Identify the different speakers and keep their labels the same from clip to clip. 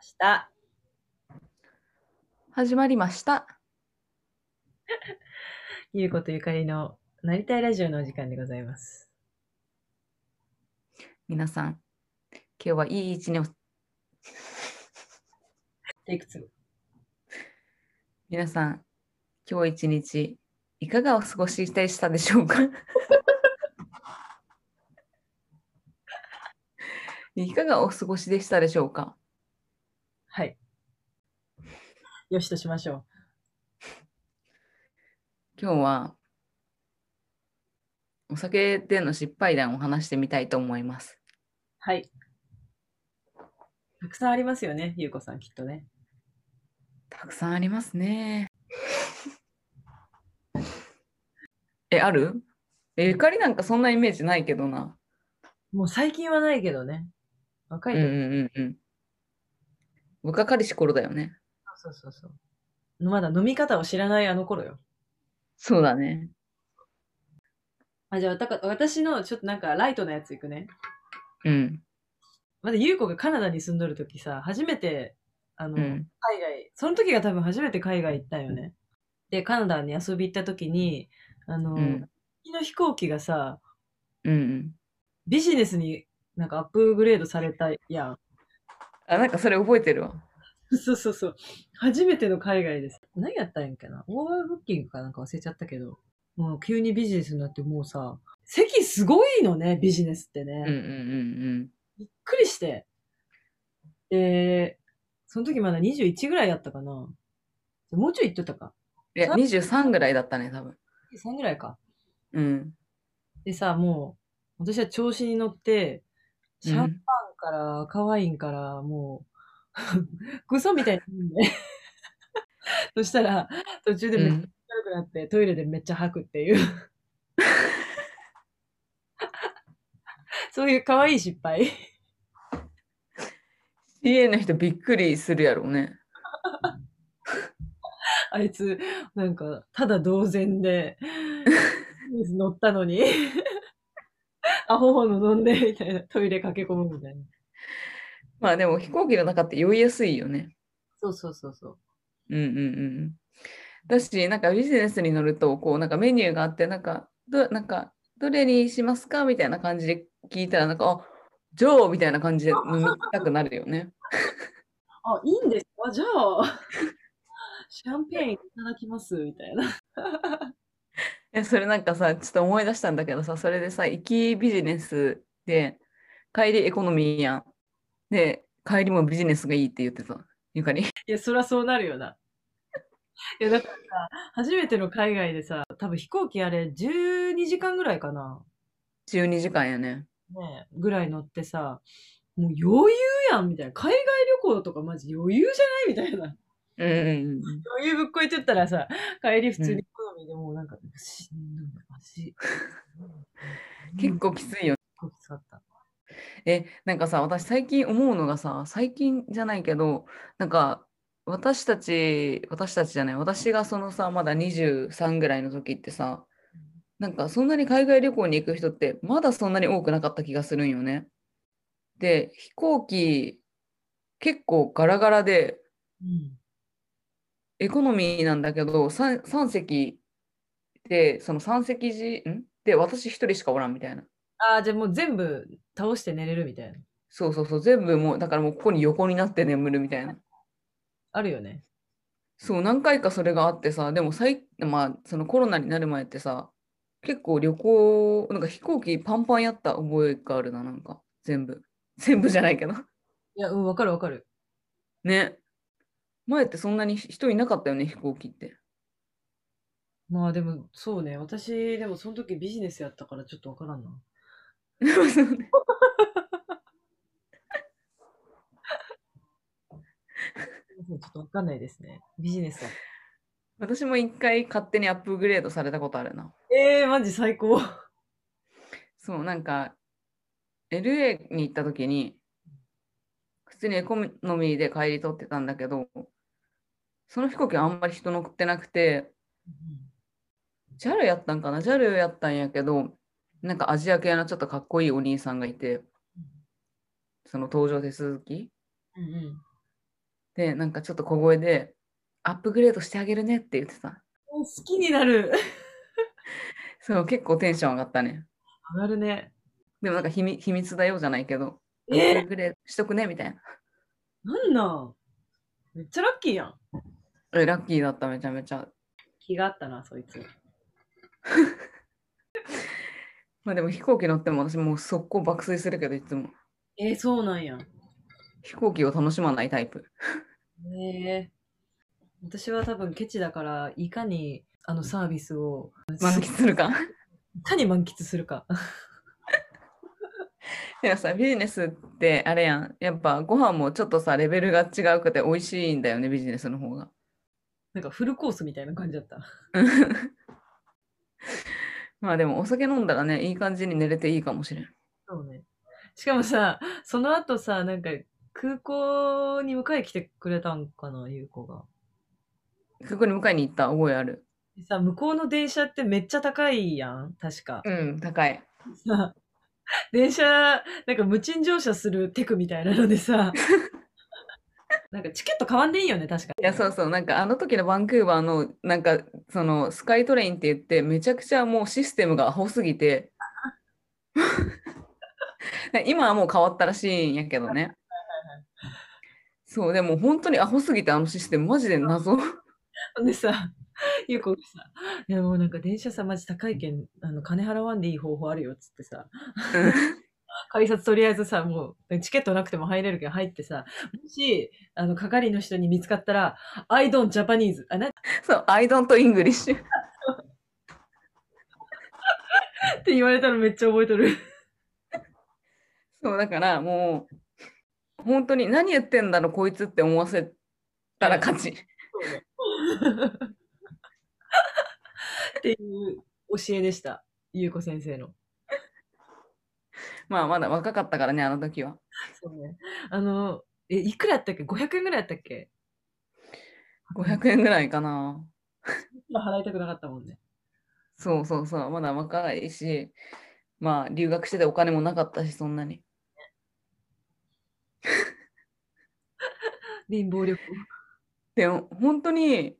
Speaker 1: した。
Speaker 2: 始まりました。
Speaker 1: ゆうことゆかりのなりたいラジオのお時間でございます。
Speaker 2: 皆さん、今日はいい一日を、
Speaker 1: テイク2。
Speaker 2: 皆さん、今日一日、いかがお過ごしでしたでしょうか いかがお過ごしでしたでしょうか
Speaker 1: はい。よしとしましょ
Speaker 2: 今日は、お酒での失敗談を話してみたいと思います。
Speaker 1: う。はい。たくさんありますよね、ゆうこさん、きっとね。
Speaker 2: たくさんありますね。 え、あるえ、ゆかりなんかそんなイメージないけどな。
Speaker 1: もう最近はないけどね。若い
Speaker 2: うん
Speaker 1: 時、
Speaker 2: うんうんうん。若かりし頃だよね。
Speaker 1: そうそうそうそう。まだ飲み方を知らないあの頃よ。
Speaker 2: そうだね。
Speaker 1: あ、じゃあ、たか私のちょっとなんかライトなやついくね。
Speaker 2: うん。
Speaker 1: まだゆうこがカナダに住んどるときさ、初めて、あの、
Speaker 2: うん。
Speaker 1: 海外、その時が多分初めて海外行ったよね。で、カナダに遊び行った時に、あの、
Speaker 2: うん
Speaker 1: 日の飛行機がさ、
Speaker 2: うんうん。
Speaker 1: ビジネスになんかアップグレードされたや
Speaker 2: あ、なんかそれ覚えてるわ。
Speaker 1: ん。 そうそうそう。初めての海外です。何やったんやっけなオーバーブッキングかなんか忘れちゃったけど、もう急にビジネスになってもうさ、席すごいのね、ビジネスってね。
Speaker 2: うんうんうん
Speaker 1: びっくりして。で、その時まだ21ぐらいやったかな。もうちょい行っとったか。
Speaker 2: うん。いや、
Speaker 1: さ
Speaker 2: 23ぐらいだったね、多分。
Speaker 1: 3ぐらいか。
Speaker 2: うん。
Speaker 1: でさ、もう、私は調子に乗って、シャンパ
Speaker 2: う
Speaker 1: ン
Speaker 2: ん
Speaker 1: から赤ワインから、もう、 クソみたいに飲んで。 そしたら、途中でめっちゃ悪くなって、トイレでめっちゃ吐くっていう。 そういう可愛い失敗。
Speaker 2: CA の人びっくりするやろうね。
Speaker 1: あいつ、なんか、ただ同然で、水乗ったのに、 アホほの飲んで、みたいな、トイレ駆け込むみたいな。
Speaker 2: まあでも飛行機の中って酔いやすいよね。
Speaker 1: そうそうそうそう。
Speaker 2: うんうんうんうん。だし、なんかビジネスに乗ると、こう、なんかメニューがあって、なんか、どなんかどれにしますかみたいな感じで聞いたら、なんか、あジョーみたいな感じで飲みたくなるよね。
Speaker 1: あ、いいんですかじゃあ、シャンペーンいただきます、みたいな。
Speaker 2: え、それなんかさ、ちょっと思い出したんだけどさ、それでさ、行きビジネスで、帰りエコノミーやん。で、帰りもビジネスがいいって言ってた、ゆかり。
Speaker 1: いや、そりゃそうなるよな。いや、だからさ、初めての海外でさ、多分飛行機あれ12時間ぐらいかな、
Speaker 2: 12時間やね。
Speaker 1: ねえ、ぐらい乗ってさ、もう余裕やん、みたいな。海外旅行とかマジ余裕じゃないみたいな。
Speaker 2: うんうんうんうん。
Speaker 1: 余裕ぶっこいてったらさ、帰り普通に好みでもうなんか、しんどい、足。
Speaker 2: 結構きついよね。
Speaker 1: 構きつかった。
Speaker 2: え、なんかさ、私最近思うのがさ、最近じゃないけど、なんか、私たち、私たちじゃない、私がそのさ、まだ23ぐらいの時ってさ、なんかそんなに海外旅行に行く人って、まだそんなに多くなかった気がするんよね。で、飛行機、結構ガラガラで、
Speaker 1: うん。
Speaker 2: エコノミーなんだけど、3, 三席で、その3席じ、んで、私一人しかおらんみたいな。
Speaker 1: ああ、じゃあもう全部倒して寝れるみたいな。
Speaker 2: そうそうそう、全部もう、だからもうここに横になって眠るみたいな。
Speaker 1: あるよね。
Speaker 2: そう、何回かそれがあってさ、でも最、まあ、そのコロナになる前ってさ、結構旅行、なんか飛行機パンパンやった覚えがあるな、なんか、全部。全部じゃないけど。
Speaker 1: いや、うん、わかるわかる。
Speaker 2: ね。前ってそんなに人いなかったよね、飛行機って。
Speaker 1: まあでも、そうね。私、でもその時ビジネスやったからちょっとわからんな。
Speaker 2: そうね
Speaker 1: すいませんちょっとわかんないですね。ビジネスだ。
Speaker 2: 私も一回勝手にアップグレードされたことあるな。
Speaker 1: ええー、マジ最高。
Speaker 2: そう、なんか、LA に行った時に、普通にエコノミーで帰り取ってたんだけど、その飛行機はあんまり人乗ってなくて、JAL やったんかな ?JAL やったんやけど、なんかアジア系のちょっとかっこいいお兄さんがいて、その搭乗手続き
Speaker 1: うんうん。
Speaker 2: でなんかちょっと小声でアップグレードしてあげるねって言ってた
Speaker 1: 好きになる。
Speaker 2: そう結構テンション上がったね
Speaker 1: 上がるね。
Speaker 2: でもなんか秘密秘密だよじゃないけどア
Speaker 1: え
Speaker 2: ップグレードしとくねみたいな
Speaker 1: なんなんめっちゃラッキーやん。
Speaker 2: えラッキーだっためちゃめちゃ
Speaker 1: 気があったな、そいつ。
Speaker 2: まあでも飛行機乗っても私もう速攻爆睡するけどいつも
Speaker 1: えー、そうなんや。
Speaker 2: 飛行機を楽しまないタイプ
Speaker 1: ねえ私は多分ケチだから、いかにあのサービスを、
Speaker 2: 満喫するか
Speaker 1: いかに満喫するか。
Speaker 2: でもさビジネスってあれやんやっぱご飯もちょっとさレベルが違うくて美味しいんだよねビジネスの方が
Speaker 1: なんかフルコースみたいな感じだった。
Speaker 2: まあでもお酒飲んだらねいい感じに寝れていいかもしれん
Speaker 1: そうね。しかもさ、その後さ、なんか空港に迎え来てくれたんかな、優子が。
Speaker 2: 空港に迎えに行った覚えある
Speaker 1: でさ、向こうの電車ってめっちゃ高いやん、確か。
Speaker 2: うん高い
Speaker 1: さ、電車、なんか無賃乗車するテクみたいなのでさ、なんかチケット買わんでいいよね、確か
Speaker 2: いやそうそうなんかあの時のバンクーバーのなんかそのスカイトレインって言ってめちゃくちゃもうシステムがアホすぎて 今はもう変わったらしいんやけどねそうでも本当にアホすぎてあのシステムマジで謎
Speaker 1: でさ、ゆうこがさ、いやもうなんか電車さ、マジ高いけん、あの、金払わんでいい方法あるよ、っつってさ、 改札とりあえずさ、もう、チケットなくても入れるけん入ってさ、もし、あの、係の人に見つかったら、I don't Japanese。あ、なん
Speaker 2: そう「I don't English
Speaker 1: て言われたのめっちゃ覚えとる。」
Speaker 2: そうだからもう本当に何言ってんだろこいつって思わせたら勝ち
Speaker 1: っていう教えでした。ゆうこ先生の。
Speaker 2: まあまだ若かったからねあの時は
Speaker 1: そうね。あの、え、いくらやったっけ ?500 円ぐらいやったっけ
Speaker 2: 500円ぐらいかな
Speaker 1: 払いたくなかったもんね。
Speaker 2: そうそうそう、まだ若いし、まあ留学しててお金もなかったし、そんなに。
Speaker 1: 貧乏旅行。
Speaker 2: でも本当に、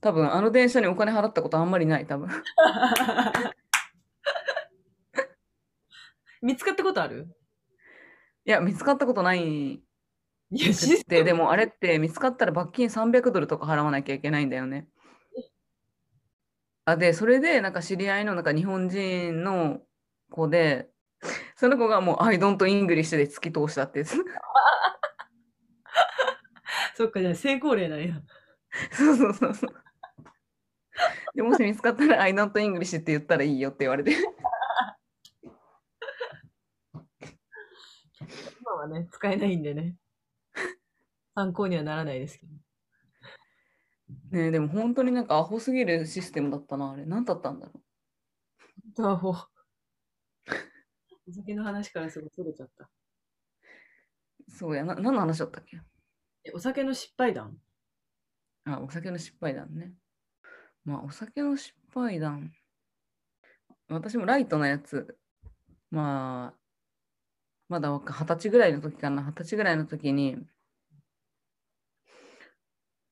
Speaker 2: 多分あの電車にお金払ったことあんまりない、多分。
Speaker 1: 見つかったことある
Speaker 2: いや、見つかったことない
Speaker 1: いや、
Speaker 2: く
Speaker 1: シ
Speaker 2: っ
Speaker 1: ス
Speaker 2: て、
Speaker 1: テ
Speaker 2: でもあれって見つかったら罰金300ドルとか払わなきゃいけないんだよね。あで、それで、なんか知り合いのなんか日本人の子で、その子がもう、I don't English で突き通したって やつ。
Speaker 1: そっか、じゃあ成功例なんや。
Speaker 2: そうそうそうそう。でもし見つかったら「I not English」って言ったらいいよって言われて
Speaker 1: 今はね、使えないんでね。参考にはならないですけど。
Speaker 2: ねえでも本当になんかアホすぎるシステムだったなあれ何だったんだろ
Speaker 1: ドアホ。お酒の話からすごい取れちゃった。
Speaker 2: うそうやな何の話だったっけ
Speaker 1: え、お酒の失敗談
Speaker 2: あお酒の失敗談ねまあお酒の失敗談私もライトなやつまあまだ若二十歳ぐらいの時かな二十歳ぐらいの時に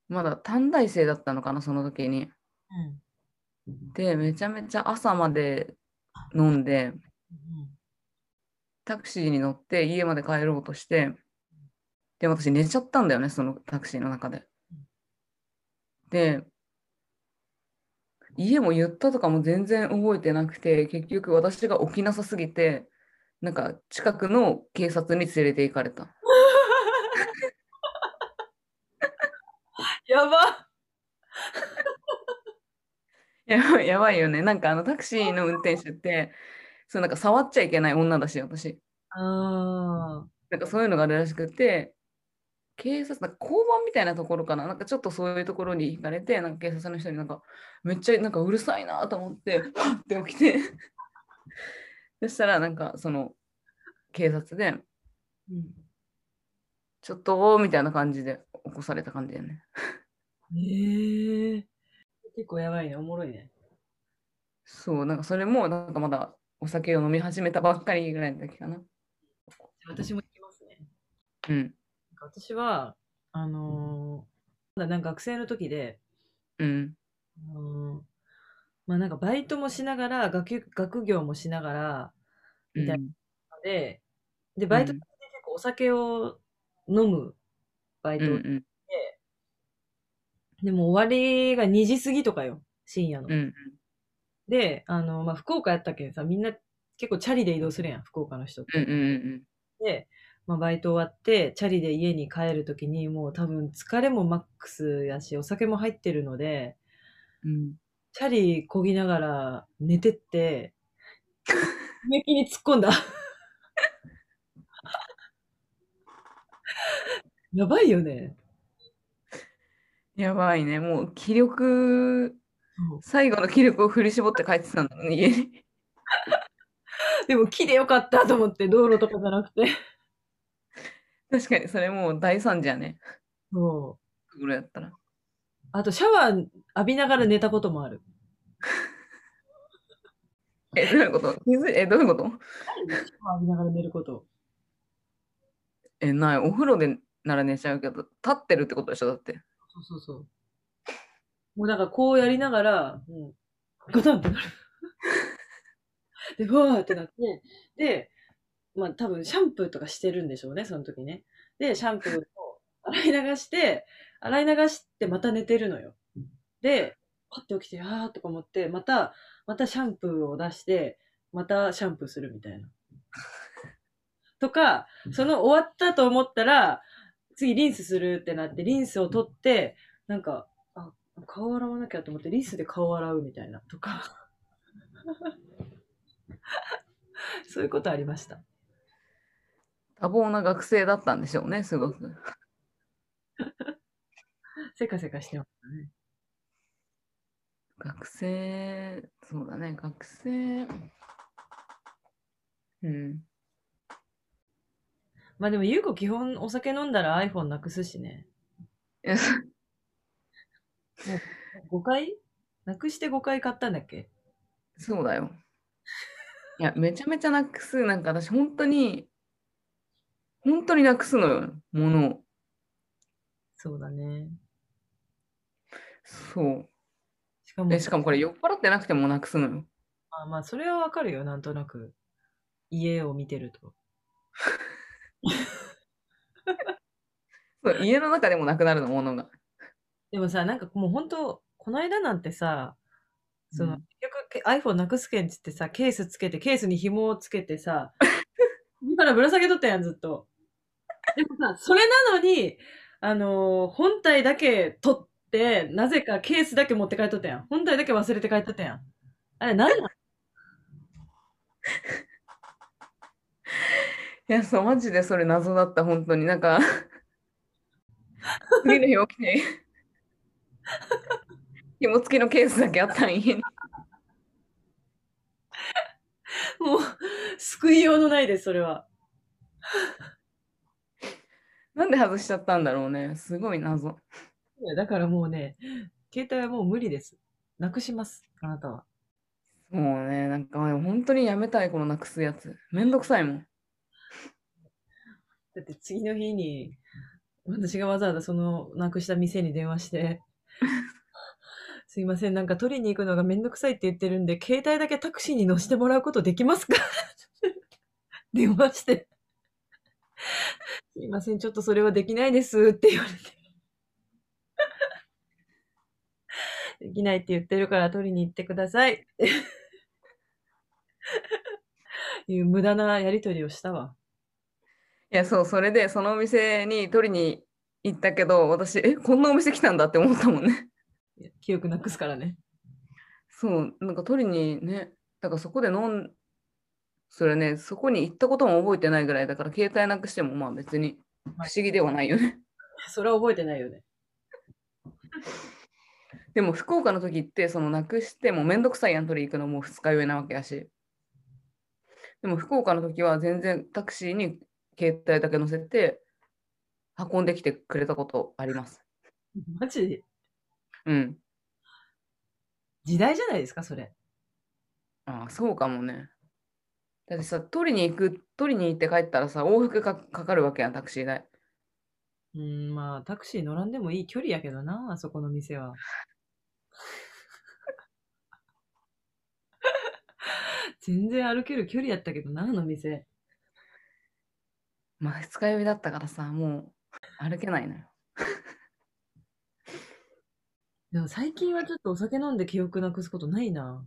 Speaker 2: まだ短大生だったのかなその時に
Speaker 1: うん。
Speaker 2: でめちゃめちゃ朝まで飲んでタクシーに乗って家まで帰ろうとしてで私寝ちゃったんだよねそのタクシーの中でで家も言ったとかも全然覚えてなくて結局私が起きなさすぎてなんか近くの警察に連れて行かれた
Speaker 1: やば
Speaker 2: やばいやばいよねなんかあのタクシーの運転手ってそうなんか触っちゃいけない女だし私
Speaker 1: あ
Speaker 2: なんかそういうのがあるらしくて、警察、なんか交番みたいなところかな、なんかちょっとそういうところに行かれて、なんか警察の人になんか、めっちゃなんかうるさいなと思って、パって起きて、 そしたらなんかその警察で、
Speaker 1: ー。うん
Speaker 2: ちょっとみたいな感じで起こされた感じだよね。
Speaker 1: ええ結構やばいね、おもろいね。
Speaker 2: そう、なんかそれもなんかまだお酒を飲み始めたばっかりぐらいの時かな。
Speaker 1: 私も行きますね。
Speaker 2: うん。
Speaker 1: か私は、あのーまだなんか学生の時で、
Speaker 2: うん。
Speaker 1: あのーまあなんかバイトもしながら、学級学業もしながら、みたいで、で、バイト
Speaker 2: うん
Speaker 1: で結構お酒を飲むバイ
Speaker 2: う
Speaker 1: ト
Speaker 2: ん
Speaker 1: で、
Speaker 2: うん
Speaker 1: でも終わりが2時過ぎとかよ、深夜の。
Speaker 2: うん
Speaker 1: で、あの、まあ、福岡やったけんさ、みんな結構チャリで移動するやん、福岡の人って。
Speaker 2: うんうんうん
Speaker 1: で、まあ、バイト終わって、チャリで家に帰るときに、もう多分疲れもマックスやし、お酒も入ってるので、
Speaker 2: うん
Speaker 1: チャリ漕ぎながら寝てって、植木に突っ込んだ。 やばいよね。
Speaker 2: やばいね。もう気力、
Speaker 1: そう
Speaker 2: 最後の気力を振り絞って帰ってたんだろうね、家に。
Speaker 1: でも木でよかったと思って、道路とかじゃなくて。
Speaker 2: 確かに、それもう大惨事やね。
Speaker 1: そう。
Speaker 2: これやったら。
Speaker 1: あと、シャワー浴びながら寝たこともある。
Speaker 2: え、どういうこと気づいえ、どういうこと
Speaker 1: シャワー浴びながら寝ること。
Speaker 2: え、ない。お風呂でなら寝ちゃうけど、立ってるってことでしょ、だって。
Speaker 1: そうそうそう。もうなんかこうやりながら、うん、ガタンってなる。で、ふわーってなって、で、まあ多分シャンプーとかしてるんでしょうね、その時ね。で、シャンプーを洗い流して、洗い流してまた寝てるのよ。で、パッて起きて、あーとか思って、また、またシャンプーを出して、またシャンプーするみたいな。とか、その終わったと思ったら、次リンスするってなって、リンスを取って、なんか、あ、顔洗わなきゃと思って、リンスで顔洗うみたいな、とか。 そういうことありました。
Speaker 2: 多忙な学生だったんでしょうね、すごく。
Speaker 1: せかせかしてましたね。
Speaker 2: 学生、そうだね、学生。うん。
Speaker 1: まあでも、ゆうこ基本お酒飲んだら iPhone なくすしね。
Speaker 2: え
Speaker 1: 5回なくして5回買ったんだっけ
Speaker 2: そうだよ。いや、めちゃめちゃなくす。なんか私、本当に、本当になくすのよ、ものを。
Speaker 1: そうだね。
Speaker 2: そう。
Speaker 1: しかも、
Speaker 2: え、しかもこれ、酔っ払ってなくてもなくすのよ。
Speaker 1: まあまあ、それはわかるよ、なんとなく。家を見てると。
Speaker 2: そう家の中でもなくなるの、ものが。
Speaker 1: でもさ、なんかもう本当、この間なんてさ、その、
Speaker 2: うん
Speaker 1: 結局け iPhone なくすけんっつってさ、ケースつけて、ケースに紐をつけてさ、 首からぶら下げとったやん、ずっと。でもさ、それなのに、あのー本体だけ取って、なぜかケースだけ持って帰っとったやん。本体だけ忘れて帰っとったやん。あれ、 なんなん
Speaker 2: いや、そう、マジでそれ謎だった、本当に。なん か、次の日起きて、紐付きのケースだけあったん家に。
Speaker 1: もう、救いようのないです、それは。
Speaker 2: なんで外しちゃったんだろうね。すごい謎。
Speaker 1: いやだからもうね、携帯はもう無理です。なくします、あなたは。
Speaker 2: もうね、なんかもう本当にやめたい、このなくすやつ。めんどくさいもん。
Speaker 1: だって次の日に私がわざわざそのなくした店に電話して「すいませんなんか取りに行くのがめんどくさいって言ってるんで携帯だけタクシーに乗せてもらうことできますか? 」 電話して「すいませんちょっとそれはできないです」って言われて「できないって言ってるから取りに行ってください」っていう無駄なやり取りをしたわ。
Speaker 2: いや、そう、それで、そのお店に取りに行ったけど、私、え、こんなお店来たんだって思ったもんね。
Speaker 1: 記憶なくすからね。
Speaker 2: そう、なんか取りにね、だからそこで飲ん、それね、そこに行ったことも覚えてないぐらいだから、携帯なくしても、まあ別に不思議ではないよね。
Speaker 1: それは覚えてないよね。
Speaker 2: でも、福岡の時って、そのなくしてもめんどくさいやん、取り行くのも二日酔いなわけやし。でも、福岡の時は全然タクシーに携帯だけ乗せて、運んできてくれたことあります。
Speaker 1: マジ
Speaker 2: うん。
Speaker 1: 時代じゃないですか、それ。
Speaker 2: ああ、そうかもね。だってさ、取りに行く、取りに行って帰ったらさ、往復かかかるわけやん、タクシー代。
Speaker 1: うん、まあ、タクシー乗らんでもいい距離やけどな、あそこの店は。 全然歩ける距離やったけどな、あの店。
Speaker 2: まあ二日酔いだったからさもう歩けないのよ
Speaker 1: でも最近はちょっとお酒飲んで記憶なくすことないな。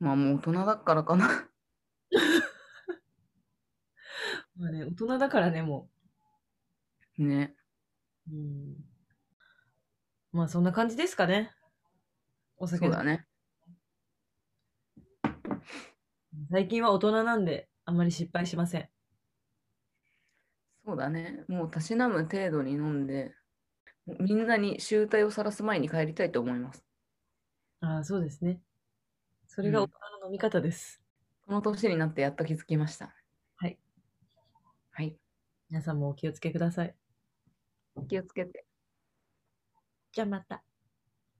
Speaker 2: まあもう大人だからかな
Speaker 1: まあね、大人だからね、も
Speaker 2: ね
Speaker 1: う。うん、まあ、そんな感じですかね。お
Speaker 2: そ
Speaker 1: 酒
Speaker 2: う
Speaker 1: の
Speaker 2: だね
Speaker 1: 最近は大人なんで、あんまり失敗しません。
Speaker 2: そうだねもうたしなむ程度に飲んでみんなに集体を晒す前に帰りたいと思います
Speaker 1: ああ、そうですね。それが
Speaker 2: うん
Speaker 1: 大人の飲み方です。
Speaker 2: この年になってやっと気づきました
Speaker 1: はい
Speaker 2: はい
Speaker 1: 皆さんもお気をつけください。
Speaker 2: 気をつけて
Speaker 1: じゃあまた。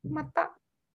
Speaker 2: また